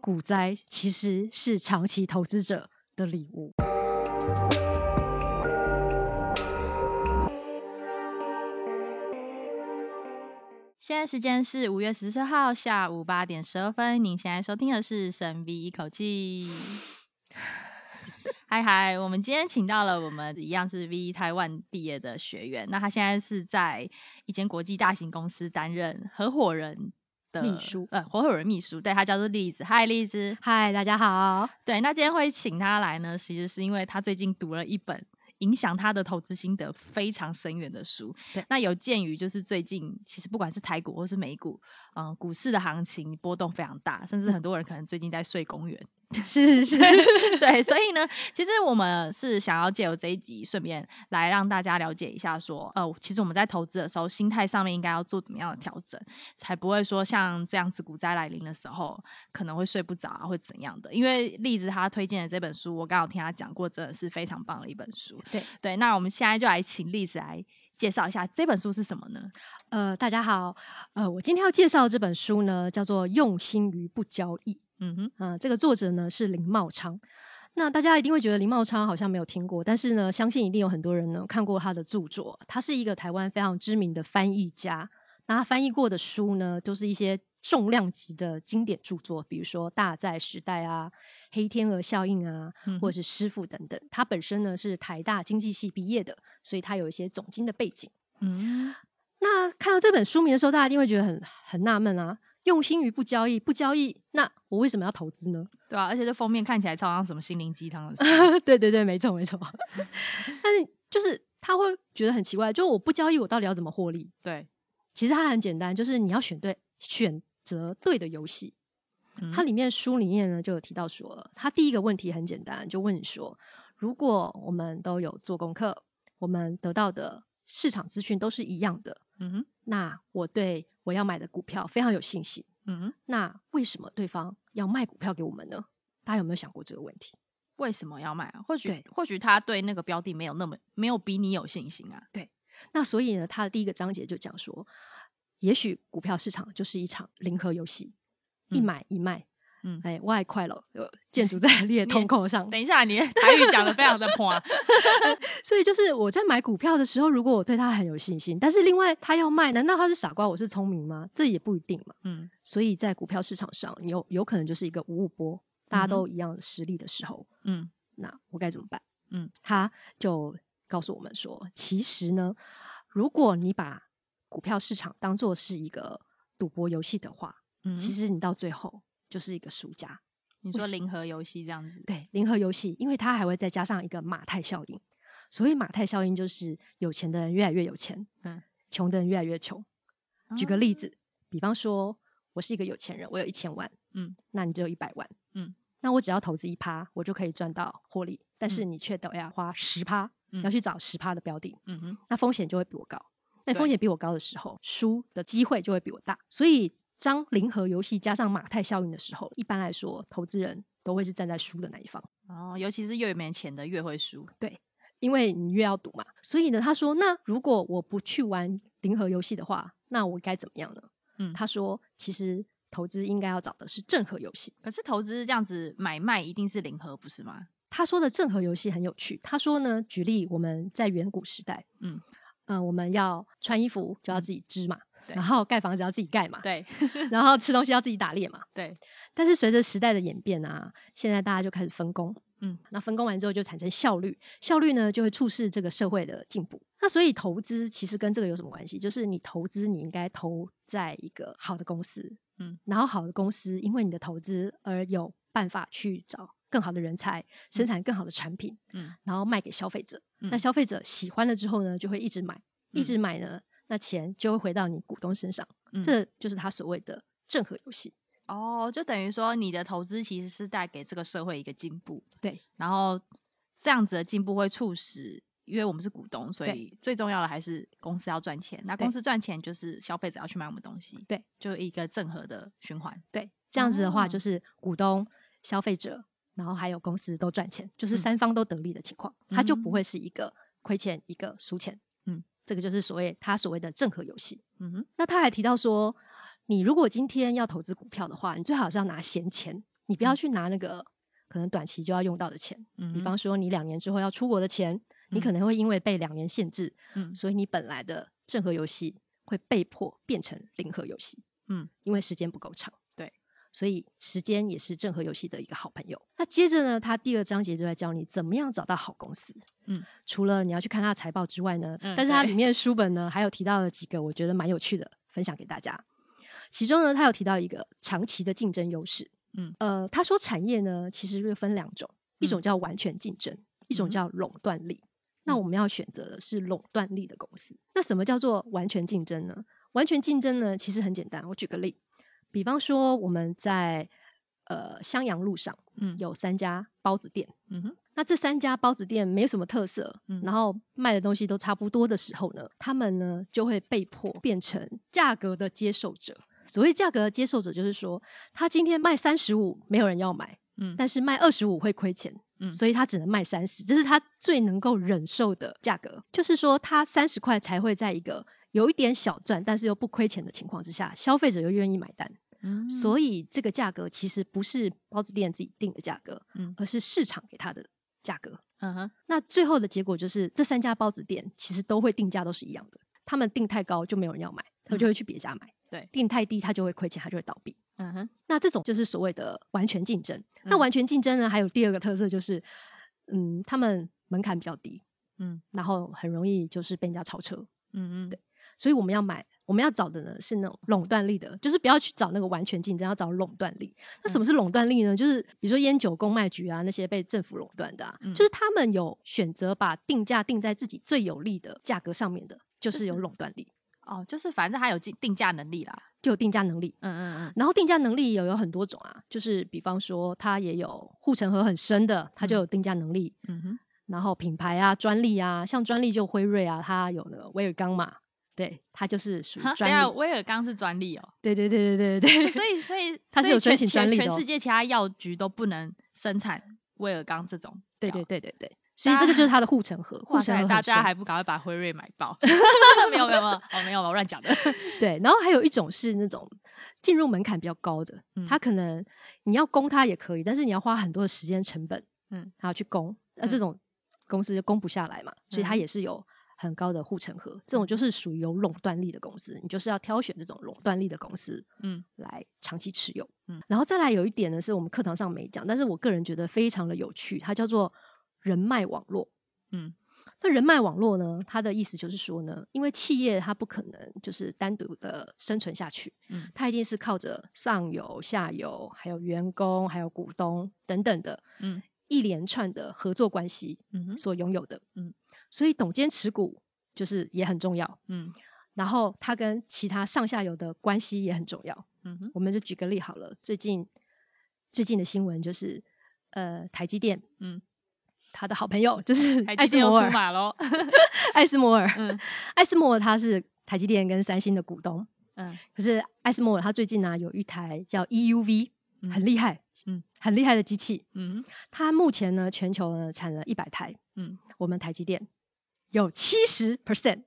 股灾其实是长期投资者的礼物。现在时间是五月十四号下午八点十二分。您现在收听的是《神 V 一口气》。嗨嗨，我们今天请到了我们一样是 V 台湾毕业的学员，那他现在是在一间国际大型公司担任合伙人的秘书呃，合伙人秘书，对他叫做栗子。嗨，栗子。嗨，大家好，对，那今天会请他来呢，其实是因为他最近读了一本影响他的投资心得非常深远的书对。那有鉴于就是最近其实不管是台股或是美股，嗯、股市的行情波动非常大，甚至很多人可能最近在睡公园。是是是，对，所以呢，其实我们是想要借由这一集，顺便来让大家了解一下说，呃，其实我们在投资的时候，心态上面应该要做怎么样的调整，才不会说像这样子股灾来临的时候，可能会睡不着啊，会怎样的？因为栗子他推荐的这本书，我刚好听他讲过，真的是非常棒的一本书。对对，那我们现在就来请栗子来介绍一下这本书是什么呢？呃，大家好，呃，我今天要介绍的这本书呢，叫做《用心于不交易》。嗯哼，啊、这个作者呢是林茂昌。那大家一定会觉得林茂昌好像没有听过，但是呢，相信一定有很多人呢看过他的著作。他是一个台湾非常知名的翻译家，那他翻译过的书呢，都是一些重量级的经典著作，比如说《大债时代》啊，《黑天鹅效应》啊，嗯或者是《师傅》等等。他本身呢是台大经济系毕业的，所以他有一些总经的背景。嗯，那看到这本书名的时候，大家一定会觉得很很纳闷啊，用心于不交易，不交易，那我为什么要投资呢？ 对啊，而且这封面看起来超像什么心灵鸡汤的书。对对对，没错没错。 但是就是他会觉得很奇怪，就我不交易，我到底要怎么获利？对，其实它很简单，就是你要选对选择对的游戏。嗯它里面书里面呢就有提到说，它第一个问题很简单，就问你说，如果我们都有做功课，我们得到的市场资讯都是一样的，嗯哼，那我对我要买的股票非常有信心。嗯哼。那为什么对方要卖股票给我们呢？大家有没有想过这个问题？为什么要卖啊？或许对或许他对那个标的没有那么没有比你有信心啊。那所以呢，他的第一个章节就讲说，也许股票市场就是一场零和游戏，一嗯买一卖，嗯哎，外快了，呃，建筑在 你的你痛口上。等一下，你的台语讲的非常的破，啊所以就是我在买股票的时候，如果我对它很有信心，但是另外他要卖，难道他是傻瓜，我是聪明吗？这也不一定嘛。嗯所以在股票市场上，有有可能就是一个五五波，大嗯家哼都一样的实力的时候，嗯那我该怎么办？嗯，他就告诉我们说，其实呢，如果你把股票市场当做是一个赌博游戏的话，嗯。其实你到最后就是一个输家。你说零和游戏这样子，对，零和游戏，因为它还会再加上一个马太效应。所谓马太效应，就是有钱的人越来越有钱，嗯，哦穷的人越来越穷。举个例子，子，比方说，我是一个有钱人，我有一千万，嗯，那你只有一百万，嗯，那我只要投资一趴，我就可以赚到获利，但是嗯你却都要花十趴，嗯要去找十趴的标的，嗯哼，那风险就会比我高。那对风险比我高的时候，输的机会就会比我大。所以，当零和游戏加上马太效应的时候，一般来说，投资人都会是站在输的那一方，哦，尤其是越没钱的越会输，因为你越要赌嘛。所以呢，他说，那如果我不去玩零和游戏的话，那我该怎么样呢？嗯，他说，其实投资应该要找的是正和游戏。可是投资这样子买卖一定是零和，不是吗？他说的正和游戏很有趣。他说呢，举例我们在远古时代，嗯嗯，呃，我们要穿衣服就要自己织嘛，对然后盖房子要自己盖嘛，对 然后吃东西要自己打猎嘛。对，但是随着时代的演变啊，现在大家就开始分工，嗯嗯，那分工完之后就产生效率，效率呢就会促使这个社会的进步。那所以投资其实跟这个有什么关系？就是你投资，你应该投在一个好的公司，嗯嗯，然后好的公司因为你的投资而有办法去找更好的人才，生产更好的产品，嗯然后卖给消费者。嗯那消费者喜欢了之后呢，就会一直买，一直嗯买呢，那钱就会回到你股东身上。嗯这就是他所谓的正和游戏。哦，就等于说你的投资其实是带给这个社会一个进步，对，然后这样子的进步会促使，因为我们是股东，所对以最重要的还是公司要赚钱。那对公司赚钱就是消费者要去买我们东西，对，就一个正和的循环。对，这样子的哦话就是股东、消费者，然后还有公司都赚钱，就是嗯三方都得利的情况，它就不嗯会是一个亏钱一个输钱。嗯，这个就是所谓他所谓的正和游戏。嗯哼，那他还提到说，你如果今天要投资股票的话，你最好是要拿闲钱，你不要去拿那个可能短期就要用到的钱，嗯比方说你两年之后要出国的钱，你可能会因为被两年限制，嗯所以你本来的正和游戏会被迫变成零和游戏，嗯，因为时间不够长，对，所以时间也是正和游戏的一个好朋友。那接着呢，他第二章节就在教你怎么样找到好公司，嗯，除了你要去看他的财报之外呢，嗯但是它对里面的书本呢还有提到了几个我觉得蛮有趣的，分享给大家。其中呢，他有提到一个长期的竞争优势，嗯，呃，他说产业呢其实是分两种，一种嗯叫完全竞争，一种嗯叫垄断力。那嗯我们要选择的是垄断力的公司。那什么叫做完全竞争呢？完全竞争呢，其实很简单。我举个例，比方说我们在呃襄阳路上嗯有三家包子店，嗯哼那这三家包子店没什么特色，嗯然后卖的东西都差不多的时候呢，他们呢就会被迫变成价格的接受者。所谓价格的接受者，就是说他今天卖三十五，没有人要买，嗯但是卖二十五会亏钱，嗯所以他只能卖三十，这是他最能够忍受的价格。就是说，他三十块才会在一个有一点小赚，但是又不亏钱的情况之下，消费者又愿意买单。嗯所以这个价格其实不是包子店自己定的价格，嗯而是市场给它的价格。嗯哼那最后的结果就是，这三家包子店其实都会定价都是一样的，他们定太高就没有人要买，他们就会去别家买；嗯对定太低他就会亏钱，他就会倒闭。嗯哼那这种就是所谓的完全竞争。那嗯完全竞争呢，还有第二个特色就是，嗯，他们门槛比较低，嗯然后很容易就是被人家超车。嗯嗯对所以我们要买，我们要找的呢是那种垄断力的，就是不要去找那个完全竞争，要找垄断力。那嗯什么是垄断力呢？就是比如说烟酒公卖局啊，那些被政府垄断的、啊，嗯就是他们有选择把定价定在自己最有利的价格上面的，就就是有是垄断力，哦，就是反正他有定定价能力啦。就有定价能力。嗯嗯然后定价能力也有很多种啊，就是比方说它也有护城河很深的，它就有定价能力。嗯嗯哼然后品牌啊、专利啊，像专利就辉瑞啊，它有那个威尔刚嘛，对，它就是属于哈，等一专下利。威尔刚是专利哦，对对对对对对 对，所所以所以他所是有以全申请专利的全哦世界其他药局都不能生产威尔刚这种对药。对对对对，所以这个就是它的护城河，护哇城塞河大很家深还不赶快把辉瑞买 爆？没有没有没有，哦没有，我乱讲的。对。然后还有一种是那种进入门槛比较高的，嗯它可能你要攻它也可以，但是你要花很多的时间成本，嗯嗯，然后去攻，那、这嗯种公司就攻不下来嘛，所以它嗯也是有。很高的护城河，这种就是属于有垄断力的公司，你就是要挑选这种垄断力的公司，嗯来长期持有。嗯嗯，然后再来有一点呢，是我们课堂上没讲，但是我个人觉得非常的有趣，它叫做人脉网络。嗯那人脉网络呢，它的意思就是说呢，因为企业它不可能就是单独的生存下去，嗯它一定是靠着上游、下游，还有员工、还有股东等等的嗯一连串的合作关系嗯哼所拥有的。嗯嗯，所以董监持股就是也很重要，嗯然后它跟其他上下游的关系也很重要。嗯哼我们就举个例好了，最近最近的新闻就是，呃，台积电嗯，他的好朋友就是台艾积斯电又摩出尔，马喽。艾斯摩尔，嗯 艾斯摩尔他是台积电跟三星的股东，嗯可是艾斯摩尔他最近呢、有一台叫 EUV，嗯很厉害，嗯嗯，很厉害的机器，嗯它目前呢全球呢产了一百台，嗯，我们台积电有七十 percent，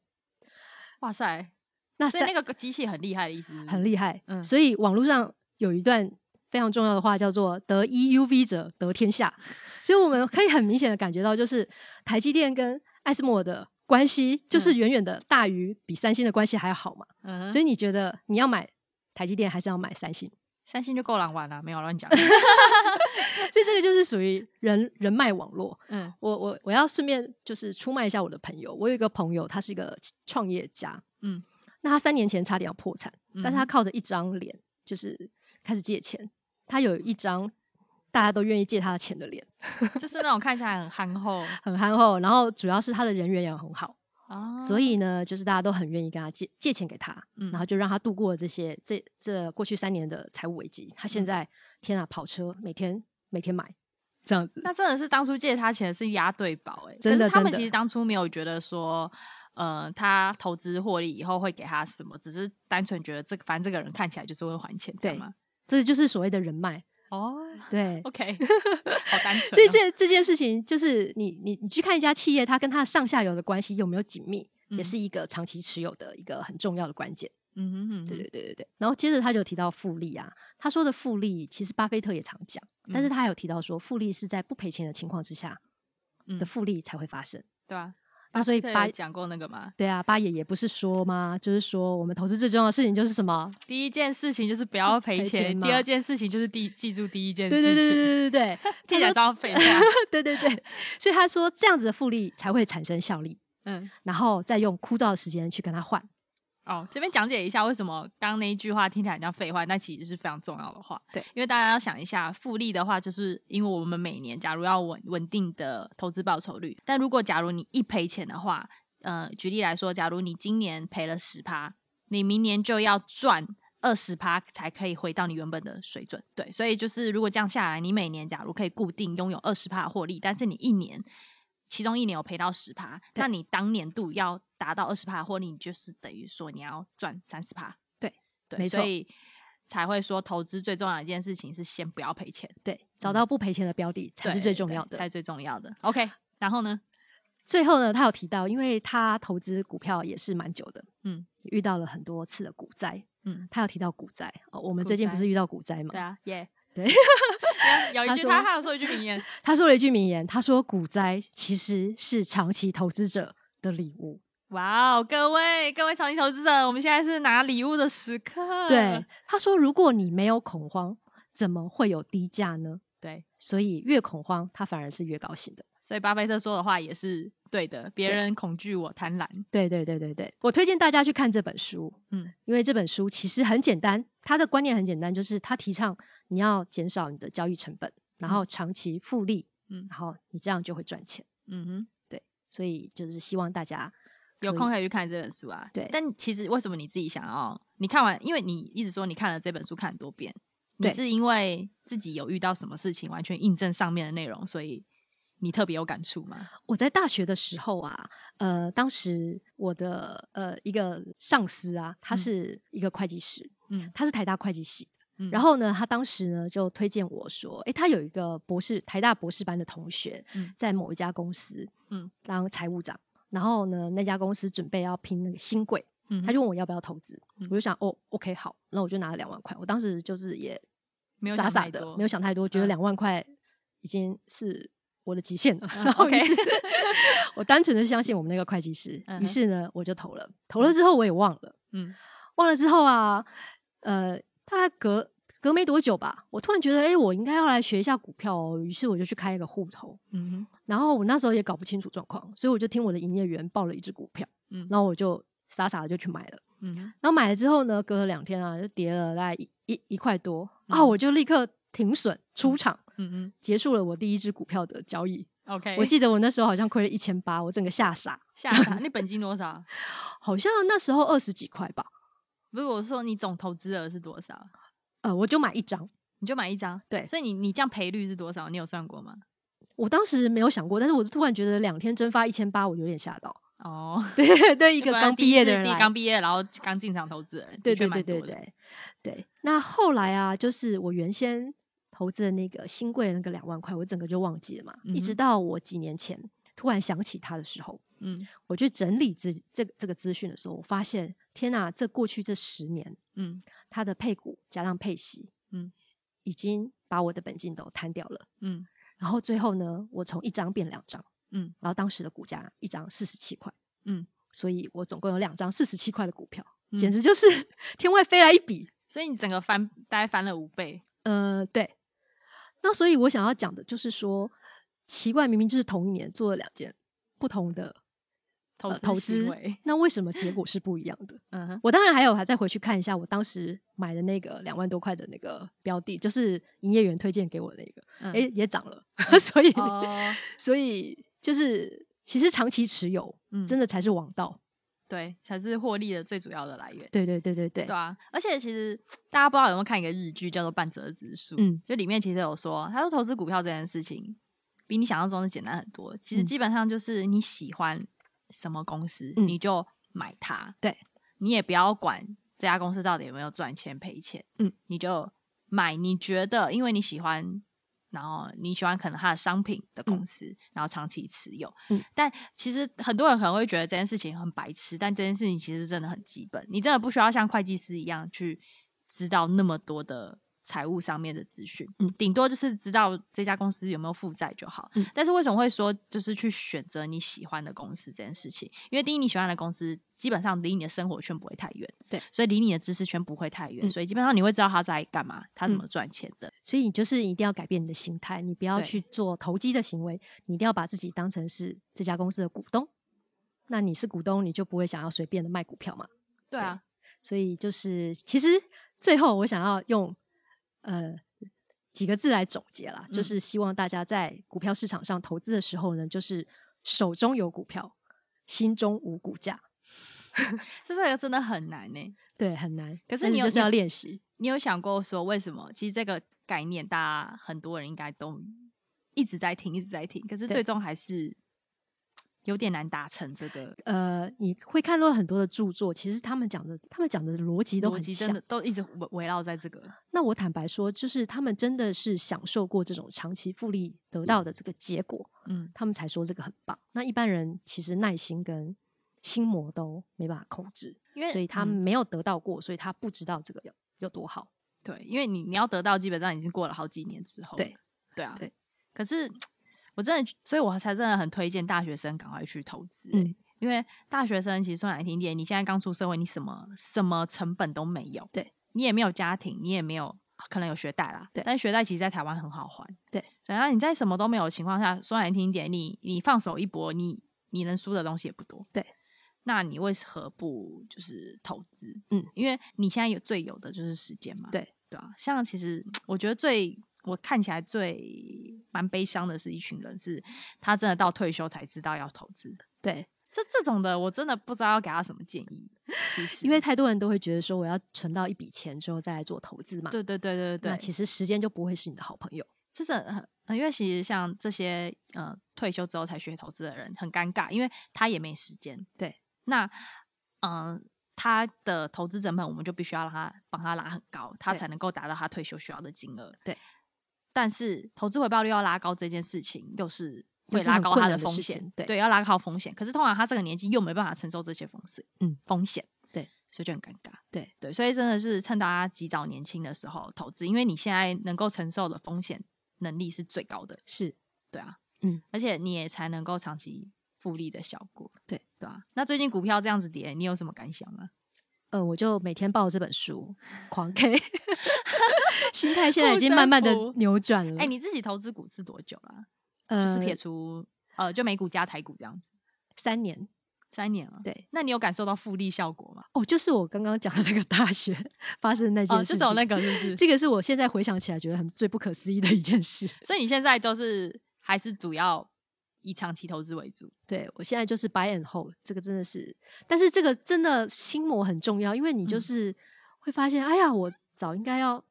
哇塞，那所以三那个机器很厉害的意思，很厉害，嗯所以网络上有一段非常重要的话叫做“得 EUV 者得天下”，所以我们可以很明显的感觉到，就是台积电跟艾斯摩尔的关系，就是嗯远远的大于比三星的关系还要好嘛。害所以以你觉得你要买台积电还是要买三星？三星就够狼玩了，没 有乱讲。所以这个就是属于人人脉网络。嗯我我我要顺便就是出卖一下我的朋友，我有一个朋友，他是一个创业家，嗯，那他三年前差点要破产，嗯但是他靠着一张脸，就是开始借钱。他有一张大家都愿意借他的钱的脸，就是那种看起来很憨厚很憨厚。然后主要是他的人缘也很好，啊所以呢，就是大家都很愿意跟他借借钱给他，嗯然后就让他度过了这些这这过去三年的财务危机。他嗯现在、天啊，跑车每天每天买这样子，那真的是当初借他钱是押对宝哎、欸，真的可是他们真的其实当初没有觉得说，呃，他投资获利以后会给他什么，只是单纯觉得这个反正这个人看起来就是会还钱，对这样吗？这就是所谓的人脉。哦对， ，OK，好单纯哦、所以这这件事情，就是你你你去看一家企业，它跟它的上下游的关系有没有紧密，也嗯是一个长期持有的一个很重要的关键。嗯哼嗯哼对对对对对。然后接着他就提到复利啊，他说的复利，其实巴菲特也常讲，但是他还有提到说，复利是在不赔钱的情况之下嗯的复利才会发生。对啊，那所以对八有讲过那个嘛，对啊，八爷爷不是说吗？就是说我们投资最重要的事情就是什么？第一件事情就是不要赔哦赔钱，钱第嘛二件事情就是第记住第一件对事对情，对对对对对，听起来超 废话，对对对，所以他说这样子的复利才会产生效力，嗯。然后再用枯燥的时间去跟他换。哦，这边讲解一下为什么刚刚那一句话听起来很像废话，但其实是非常重要的话。对，因为大家要想一下，复利的话，就是因为我们每年假如要稳稳定的投资报酬率，但如果假如你一赔钱的话，呃，举例来说，假如你今年赔了十趴，你明年就要赚。二十趴才可以回到你原本的水准，对，所以就是如果这样下来，你每年假如可以固定拥有二十趴获利，但是你一年其中一年有赔到十趴，对那你当年度要达到二十趴获利，你就是等于说你要赚三十趴。对，对，没所错以才会说投资最重要的一件事情是先不要赔钱，对，找到不赔钱的标的才是最嗯对重对要的。才是最重要的。OK，然后呢？最后呢，他有提到，因为他投资股票也是蛮久的，嗯，遇到了很多次的股灾。嗯，他有提到股灾哦，我们股最近不灾是遇到股灾嘛？对啊，耶、对有 一他句说他还有说一句名言，他说了一句名言，他说股灾其实是长期投资者的礼物。哇哦，各位各位长期投资者，我们现在是拿礼物的时 刻。对，他说如果你没有恐慌，怎么会有低价呢？对，所以越恐慌，他反而是越高兴的。所以巴菲特说的话也是对的，别对人恐惧我贪婪。对对对对对，我推荐大家去看这本书，嗯嗯，因为这本书其实很简单，它的观念很简单，就是它提倡你要减少你的交易成本，然后长期复利，嗯嗯，然后你这样就会赚钱。嗯哼。所以就是希望大家有可以空可以去看这本书啊。对但其实为什么你自己想要你看完？因为你一直说你看了这本书看很多遍，你对是因为自己有遇到什么事情，完全印证上面的内容，所以你特别有感触吗？我在大学的时候啊，呃，当时我的呃一个上司啊，他嗯是一个会计师，嗯他是台大会计系，嗯然后呢，他当时呢就推荐我说，诶，他有一个博士台大博士班的同学嗯，在某一家公司，嗯嗯，当财务长。然后呢，那家公司准备要拼那个新贵，嗯他就问我要不要投资，嗯我就想哦，OK，好，那我就拿了两万块。我当时就是也没有傻想傻太的多，没有想太多，觉得嗯两万块已经是我的极限了。嗯 然后于 OK 是我单纯的相信我们那个会计师，嗯哼于是呢我就投了，投了之后我也忘了，嗯忘了之后啊，呃，大概隔隔没多久吧，我突然觉得，哎、我应该要来学一下股票哦，于是我就去开一个户头。嗯哼然后我那时候也搞不清楚状况，所以我就听我的营业员报了一只股票，嗯然后我就傻傻的就去买了。嗯哼然后买了之后呢，隔了两天啊，就跌了大概一一一块多啊，嗯我就立刻停损出场，嗯结束了我第一只股票的交易。哼，OK，我记得我那时候好像亏了一千八，我整个吓傻， 吓傻，你本金多少？好像那时候二十几块吧，不是我说你总投资额是多少？呃，我就买一张。你就买一张，对所以你你这样赔率是多少？你有算过吗？我当时没有想过，但是我突然觉得两天蒸发一千八，我有点吓到。 哦，对对，一个不然刚第毕业次的人第来，刚毕业，然后刚进场投资的人，对的确对对蛮对多的，对对。那后来啊，就是我原先投资的那个新贵的那个两万块，我整个就忘记了嘛，一嗯直哼到我几年前突然想起他的时候，嗯我去整理这这个这个资讯的时候，我发现天哪，这过去这十年，嗯它的配股加上配息，嗯嗯，已经把我的本金都摊掉了。嗯然后最后呢，我从一张变两张，嗯嗯，然后当时的股价一张四十七块，嗯嗯，所以我总共有两张四十七块的股票，嗯简直就是天外飞来一笔。所以你整个翻大概翻了五倍，呃，对。那所以我想要讲的就是说，奇怪，明明就是同一年做了两件不同的投呃资行为那为什么结果是不一样的？ 嗯哼，我当然还有还再回去看一下我当时买的那个两万多块的那个标的，就是营业员推荐给我那个，嗯诶，也涨了， 所以、哦所以就是其实长期持有、嗯真的才是王道。对，才是获利的最主要的来源。对对对对对，对啊，而且其实大家不知道有没有看一个日剧叫做《半泽直树》，嗯就里面其实有说，他说投资股票这件事情比你想象中的简单很多。其实嗯基本上就是你喜欢什么公司，嗯你就买它，对你也不要管这家公司到底有没有赚钱赔钱，嗯，你就买你觉得因为你喜欢。然后你喜欢可能它的商品的嗯公司，然后长期持有，但其实很多人可能会觉得这件事情很白痴，但这件事情其实真的很基本，你真的不需要像会计师一样去知道那么多的财务上面的资讯，嗯顶多就是知道这家公司有没有负债就好。嗯但是为什么会说就是去选择你喜欢的公司这件事情？因为第一，你喜欢的公司基本上离你的生活圈不会太远，对，所以离你的知识圈不会太远，嗯所以基本上你会知道他在干嘛，他怎嗯么赚钱的。所以你就是一定要改变你的心态，你不要对去做投机的行为，你一定要把自己当成是这家公司的股东。那你是股东，你就不会想要随便的卖股票嘛？对啊，所以就是，其实最后我想要用呃几个字来总结啦，就嗯是希望大家在股票市场上投资的时候呢，就是手中有股票，心中无股价。这这个真的很难呢、欸对，很难。可是但你有就是要你练习，你有想过说为什么？其实这个概念，大家很多人应该都一直在听，一直在听，可是对最终还是有点难达成这个呃，你会看到很多的著作，其实他们讲的，他们讲的逻辑都逻很辑，像真。的都一直围围绕在这个。那我坦白说，就是他们真的是享受过这种长期复利得到的这个结果，嗯，他们才说这个很棒。那一般人其实耐心跟心魔都没办法控制，因为所以他嗯没有得到过，所以他不知道这个有有多好。对，因为你你要得到，基本上已经过了好几年之后了。对对啊，对。可是我真的，所以我才真的很推荐大学生赶快去投资、欸嗯因为大学生其实说难听点，你现在刚出社会，你什么什么成本都没有，对你也没有家庭，你也没有可能有学贷啦，对但是学贷其实在台湾很好还，对，然后你在什么都没有的情况下，说难听一点，你你放手一搏，你你能输的东西也不多，对。那你为何不就是投资？嗯，因为你现在有最有的就是时间嘛。对对啊，像其实我觉得最我看起来最蛮悲伤的是一群人是，他真的到退休才知道要投资。对，这这种的，我真的不知道要给他什么建议。其实，因为太多人都会觉得说，我要存到一笔钱之后再来做投资嘛。对对对对对，那其实时间就不会是你的好朋友。这是很，呃因为其实像这些呃退休之后才学投资的人很尴尬，因为他也没时间。对，那嗯、呃他的投资成本我们就必须要让他帮他拉很高，他对才能够达到他退休需要的金额。对，但是投资回报率要拉高这件事情，又是又会是拉很高困他难的风事险情，对要拉高风险。可是通常他这个年纪又没办法承受这些风险，嗯，风险，对，所以就很尴尬。对对，所以真的是趁大家及早年轻的时候投资，因为你现在能够承受的风险能力是最高的，是，对啊，嗯，而且你也才能够长期复利的效果，对对啊。那最近股票这样子跌，你有什么感想吗？呃，我就每天抱着这本书狂 K，心态现在已护经身慢慢的符扭转了。哎、你自己投资股市多久了、啊呃，就是撇除呃，就美股加台股这样子，三年，三年了。对，那你有感受到复利效果吗？哦，就是我刚刚讲的那个大学发生的那件哦，事就情，走那个是不是？ 这个是我现在回想起来觉得很最不可思议的一件事。所以你现在都是还是主要以长期投资为主，对我现在就是 buy and hold，这个真的是，但是这个真的心魔很重要，因为你就嗯？是会发现，哎呀，我早应该要，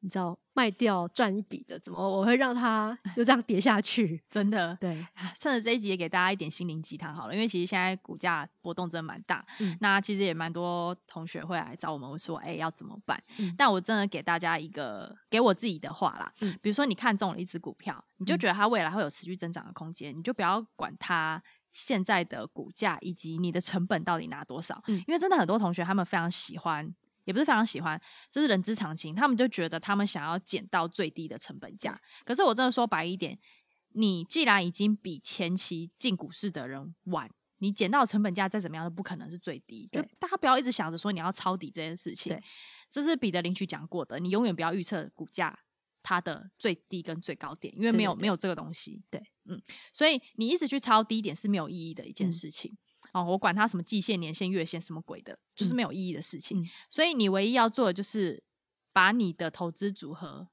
你知道卖掉赚一笔的，怎么我会让它就这样跌下去真的。对，啊趁着这一集也给大家一点心灵鸡汤好了，因为其实现在股价波动真的蛮大，嗯那其实也蛮多同学会来找我们说，哎、要怎么办？嗯但我真的给大家一个给我自己的话啦，嗯比如说你看中了一只股票，你就嗯觉得它未来会有持续增长的空间，你就不要管它。现在的股价以及你的成本到底拿多少？嗯因为真的很多同学他们非常喜欢，也不是非常喜欢，这是人之常情。他们就觉得他们想要减到最低的成本价，可是我真的说白一点，你既然已经比前期进股市的人晚，你捡到的成本价再怎么样都不可能是最低。就对大家不要一直想着说你要抄底这件事情对，这是彼得林区讲过的，你永远不要预测股价它的最低跟最高点，因为对没有对对没有这个东西。对，嗯，所以你一直去抄低点是没有意义的一件嗯事情。哦，我管它什么季线、年线、月线什么鬼的，就是嗯没有意义的事情。嗯所以你唯一要做的就是把你的投资组合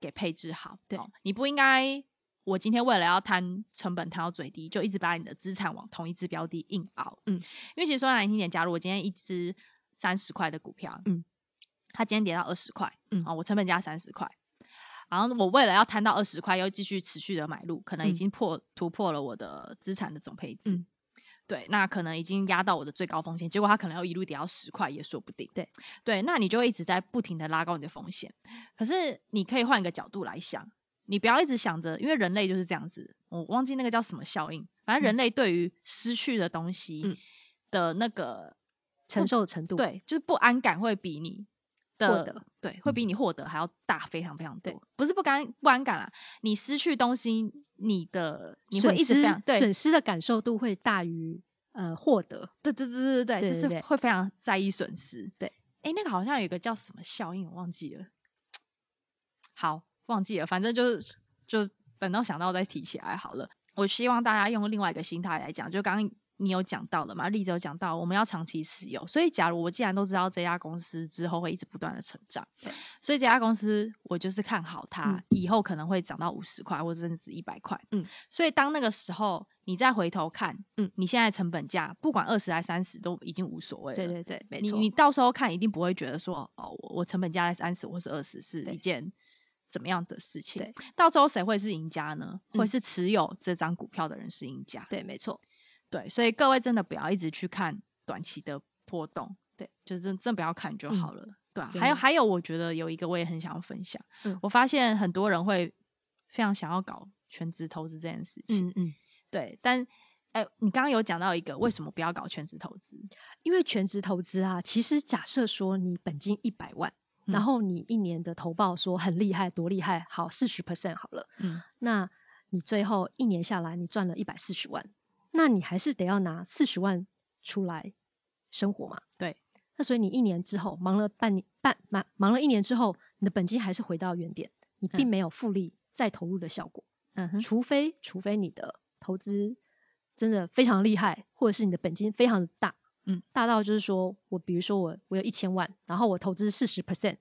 给配置好。对哦你不应该，我今天为了要摊成本摊到最低，就一直把你的资产往同一只标的硬熬。嗯，因为其实说难听点，假如我今天一只三十块的股票，嗯，它今天跌到二十块，嗯啊、我成本价三十块。然后我为了要摊到二十块，又继续持续的买入，可能嗯已经破、突破了我的资产的总配置。嗯对，那可能已经压到我的最高风险，结果它可能要一路跌到十块也说不定。对对，那你就会一直在不停的拉高你的风险。可是你可以换一个角度来想，你不要一直想着，因为人类就是这样子。我忘记那个叫什么效应，反正人类对于失去的东西嗯的那个哦承受的程度，对，就是不安感会比你获的得嗯对，会比你获得还要大，非常非常对多。不是不敢不敢感啦，你失去东西，你的你会损一直非失常对损失的感受度会大于呃获得。对对对对对，对就对是对会非常在意损失。对，哎，那个好像有一个叫什么效应，我忘记了。好，忘记了，反正就是就是等到想到再提起来好了。我希望大家用另外一个心态来讲，就刚刚你有讲到了嘛，例子有讲到，我们要长期持有。所以，假如我既然都知道这家公司之后会一直不断的成长，所以这家公司我就是看好它、嗯以后可能会涨到五十块或者甚至一百块。嗯，所以当那个时候你再回头看，嗯嗯，你现在成本价不管二十还三十都已经无所谓了。对对对，没你错。你到时候看一定不会觉得说哦，我我成本价在三十或是二十是对一件怎么样的事情对。到时候谁会是赢家呢？嗯会是持有这张股票的人是赢家。对，没错，对，所以各位真的不要一直去看短期的波动，对，就是真真不要看就嗯好了。对啊，真还有的还有，我觉得有一个我也很想要分享，嗯我发现很多人会非常想要搞全职投资这件事情，嗯嗯，对，但哎、你刚刚有讲到一个为什么不要搞全职投资？因为全职投资啊，其实假设说你本金一百万，然嗯后你一年的投报说很厉害，多厉害，好四十 percent 好了，嗯，那你最后一年下来你赚了一百四十万，那你还是得要拿四十万出来生活嘛？对，那所以你一年之后忙了半年半忙忙了一年之后，你的本金还是回到原点，你并嗯没有复利再投入的效果。嗯哼，除非除非你的投资真的非常厉害，或者是你的本金非常的大，嗯，大到就是说我比如说我我有一千万，然后我投资四十 percent，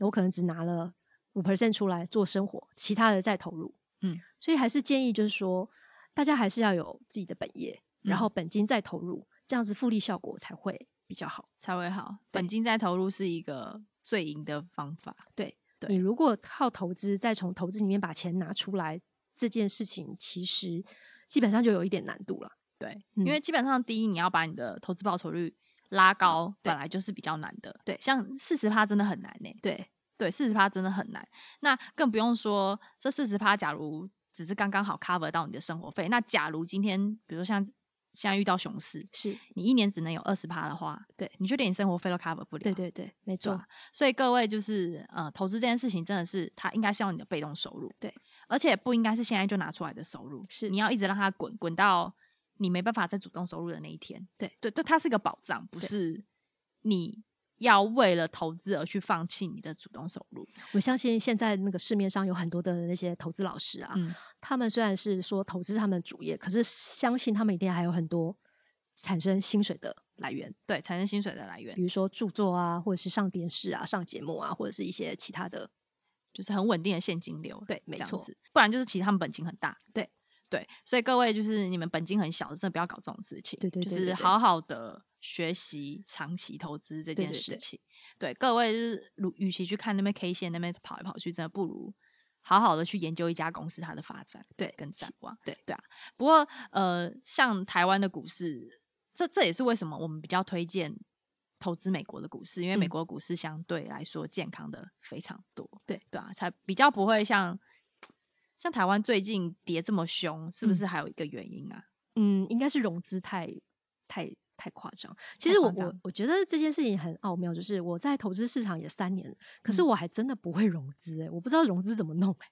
我可能只拿了五 percent 出来做生活，其他的再投入，嗯，所以还是建议就是说大家还是要有自己的本业，然嗯后本金再投入，这样子复利效果才会比较好。才会好。对本金再投入是一个最赢的方法。对，对你如果靠投资再从投资里面把钱拿出来，这件事情其实基本上就有一点难度了。对，嗯因为基本上第一，你要把你的投资报酬率拉高，对本来就是比较难的。对像四十趴真的很难呢、对，对，四十趴真的很难。那更不用说这四十趴，假如只是刚刚好 cover 到你的生活费，那假如今天比如说像现在遇到熊市，是，你一年只能有二十趴的话，对你就连你生活费都 cover 不了。对对对，没对错啊，所以各位就是呃，投资这件事情真的是它应该是要你的被动收入，对，而且不应该是现在就拿出来的收入，是你要一直让它滚滚到你没办法再主动收入的那一天，对对对，它是个保障，不对是你要为了投资而去放弃你的主动收入，我相信现在那个市面上有很多的那些投资老师啊，嗯，他们虽然是说投资他们主业，可是相信他们一定还有很多产生薪水的来源，对，产生薪水的来源比如说著作啊，或者是上电视啊、上节目啊，或者是一些其他的。就是很稳定的现金流，对没这样错子，不然就是其实他们本金很大，对对，所以各位就是你们本金很小，真的不要搞这种事情，对对对就对是对好好的学习长期投资这对件对事对情，对各位就是如与其去看那边 K 线那边跑来跑去，真的不如。好好的去研究一家公司它的发展，对跟展望，对对啊。不过呃，像台湾的股市，这这也是为什么我们比较推荐投资美国的股市，因为美嗯国股市相对来说健康的非常多，对对啊，才比较不会像像台湾最近跌这么凶，是不是还有一个原因啊？嗯，应该是融资太太太夸张。其太实我夸我张我觉得这件事情很奥妙，就是我在投资市场也三年了，可是嗯我还真的不会融资、欸，我不知道融资怎么弄、欸，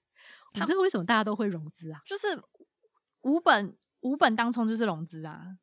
我不知道为什么大家都会融资啊，就是无本无本当冲就是融资啊，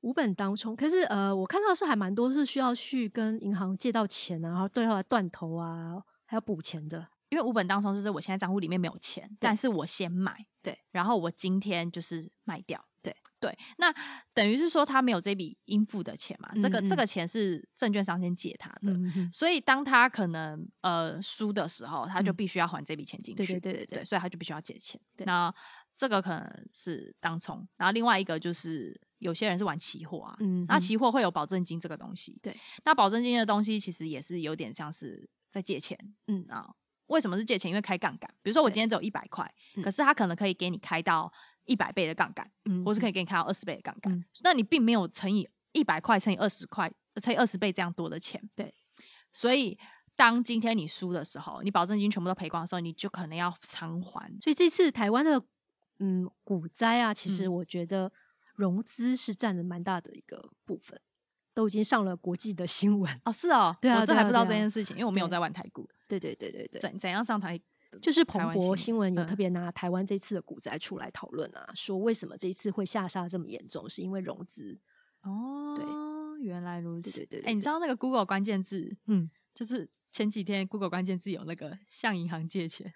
无本当冲。可是呃，我看到是还蛮多是需要去跟银行借到钱啊，然后对后来断头啊，还要补钱的。因为无本当冲就是我现在账户里面没有钱，但是我先买，对，然后我今天就是卖掉，对对，那等于是说他没有这笔应付的钱嘛，这个嗯嗯这个钱是证券商先借他的。嗯，所以，当他可能呃输的时候，他就嗯必须要还这笔钱进去。对对对对对对，所以他就必须要借钱。对那这个可能是当冲，然后另外一个就是有些人是玩期货啊，嗯那哼期货会有保证金这个东西，对，那保证金的东西其实也是有点像是在借钱嗯啊。为什么是借钱？因为开杠杆，比如说我对今天只有一百块，嗯可是他可能可以给你开到一百倍的杠杆，嗯或是可以以给你开到二十倍的杠杆，嗯那你并没有乘以一百块乘以二十块呃乘以二十倍这样多的钱，对，所以。当今天你输的时候，你保证金全部都赔光的时候，你就可能要偿还。所以这次台湾的嗯股灾啊，其实嗯我觉得融资是占了蛮大的一个部分。都已经上了国际的新闻。哦，是哦，对啊我这对还啊不知道这对啊件事情，因为我没有对在玩台股， 对对对对对，怎怎样上台，就是台彭湾博新新闻有嗯特别拿台湾这次的股灾出来讨论啊，说为什么这一次会下杀这么严重，是因为融资。哦，对，原来如此，对对对对哎、你对知道那个 Google 关键字，嗯，就是前几天 Google 关键字有那个向银行借钱，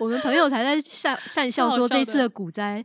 我们朋友才在讪讪笑好说，笑这一次的的股灾，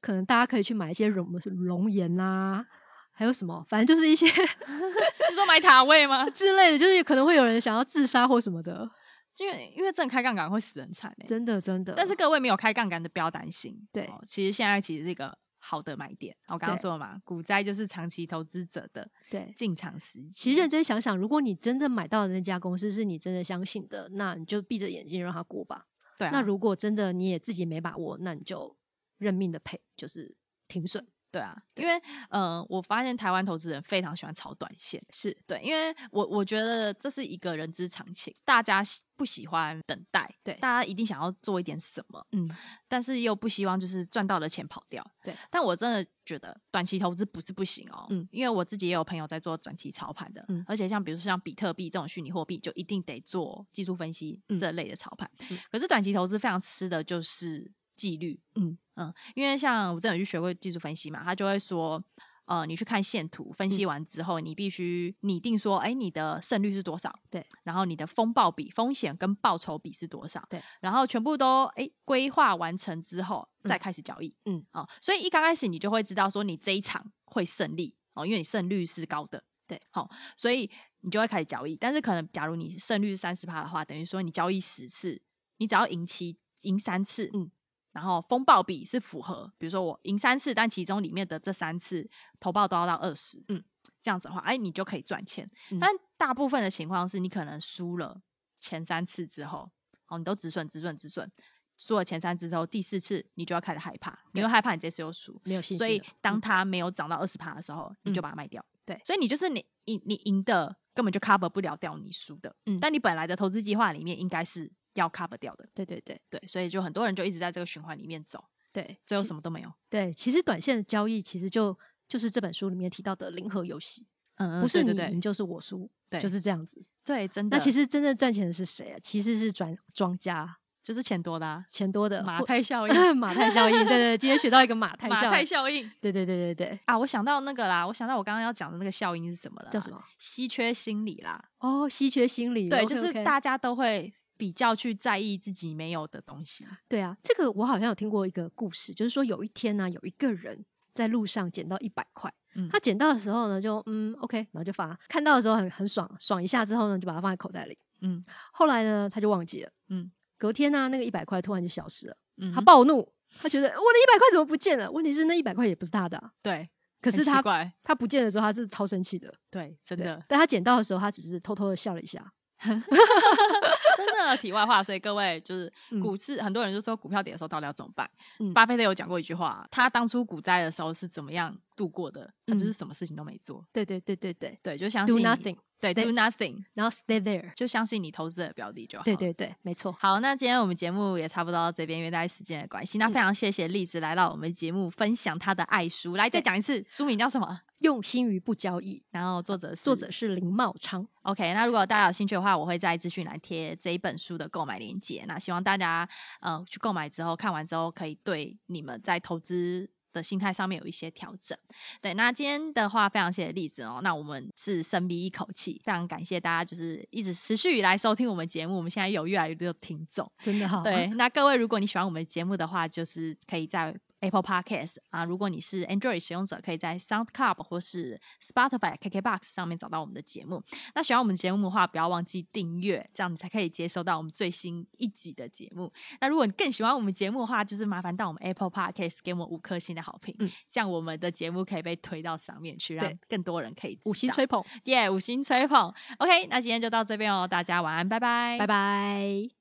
可能大家可以去买一些龙龙岩啊，还有什么，反正就是 一些你说买塔位吗？ 之类的，就是可能会有人想要自杀或什么的。因为因为正开杠杆会死人惨哎、真的，真的。但是各位没有开杠杆的不要担心，对哦其实现在其实是一个好的买点，哦我刚刚对说了嘛，股灾就是长期投资者的对，进场时机，其实认真想想，如果你真的买到的那家公司是你真的相信的，那你就闭着眼睛让它过吧。对、啊，那如果真的你也自己没把握，那你就认命的赔，就是停损。对啊，因为呃，我发现台湾投资人非常喜欢炒短线，是对，因为我我觉得这是一个人之常情，大家喜不喜欢等待，对大家一定想要做一点什么，嗯，但是又不希望就是赚到的钱跑掉，对。但我真的觉得短期投资不是不行哦，嗯因为我自己也有朋友在做短期操盘的，嗯而且像比如说像比特币这种虚拟货币，就一定得做技术分析嗯这类的操盘。嗯可是短期投资非常吃的就是纪律，嗯嗯，因为像我之前有去学过技术分析嘛，他就会说。呃，你去看线图，分嗯析完之后，你必须拟定说，哎、你的胜率是多少？对，然后你的风暴比、风险跟报酬比是多少？对，然后全部都哎规划完成之后，嗯再开始交易。嗯，哦，所以一刚开始你就会知道说你这一场会胜利哦，因为你胜率是高的。对，好、所以你就会开始交易。但是可能假如你胜率是三十趴的话，等于说你交易十次，你只要赢七赢三次，嗯。然后风暴比是符合，比如说我赢三次，但其中里面的这三次投报都要到二十，嗯，这样子的话，哎，你就可以赚钱。嗯但大部分的情况是你可能输了前三次之后，哦，你都止损、止损、止损，输了前三次之后，第四次你就要开始害怕，你会害怕你这次又输，没有信心了。所以当嗯它没有涨到二十趴的时候，你就嗯把它卖掉。对所以你就是你你你赢的根本就 cover 不了掉你输的，嗯但你本来的投资计划里面应该是要 cover 掉的，对对对对，所以就很多人就一直在这个循环里面走，对，最后其什么都没有。对，其实短线的交易其实就就是这本书里面提到的零和游戏，嗯不是你对赢对对就是我输，对就是这样子。对，真的。那其实真正赚钱的是谁啊？其实是转庄家，就是钱多的、啊、钱多的马或，太效应 马太效应。对对对，今天学到一个马太 马效太应。效应。对对对对对，啊，我想到那个啦，我想到我刚刚要讲的那个效应是什么了，叫什么？稀缺心理啦。哦，稀缺心理。对 OK，就是 OK 大家都会比较去在意自己没有的东西。对啊，这个我好像有听过一个故事，就是说有一天呢、有一个人在路上捡到一百块，嗯他捡到的时候呢，就嗯 OK，然后就发，看到的时候很很爽，爽一下之后呢，就把它放在口袋里。嗯后来呢，他就忘记了，嗯嗯，隔天呢、那个一百块突然就消失了，嗯他暴怒，他觉得我的一百块怎么不见了？问题是那一百块也不是他的啊、对，可是很奇他怪他不见的时候，他是超生气的，对，真对的但他捡到的时候，他只是偷偷的笑了一下，真的。题外话，所以各位 就是嗯股市，很多人就说股票跌的时候到底要怎么办？嗯巴菲特有讲过一句话，他当初股灾的时候是怎么样度过的？他就是嗯什么事情都没做，对对对对对对，就相信，do 你 nothing，对对，do nothing，然后 stay there，就相信你投资的标的就好。对对对，没错，好，那今天我们节目也差不多到这边，因为大家时间的关系，那非常谢谢栗子来到我们节目分享她的爱书，来再对讲一次书名叫什么？用心于不交易，然后作者是作者是林茂昌。 OK，那如果大家有兴趣的话，我会在资讯栏贴这一本书的购买链接。那希望大家呃去购买之后，看完之后可以对你们在投资的心态上面有一些调整。对，那今天的话非常谢谢栗子哦，那我们是深吸一口气，非常感谢大家就是一直持续以来收听我们节目，我们现在有越来越多的听众。真的哈，对，， 那各位，如果你喜欢我们的节目的话，就是可以在 Apple Podcast 啊，如果你是 Android 使用者，可以在 Sound Club 或是 Spotify、KKBox 上面找到我们的节目。那喜欢我们节目的话，不要忘记订阅，这样你才可以接收到我们最新一集的节目。那如果你更喜欢我们节目的话，就是麻烦到我们 Apple Podcast 给我们五颗星的好评，嗯这样我们的节目可以被推到上面去，让对更多人可以知道五星吹捧，耶五星吹捧。OK，那今天就到这边哦，大家晚安，拜拜，拜。拜。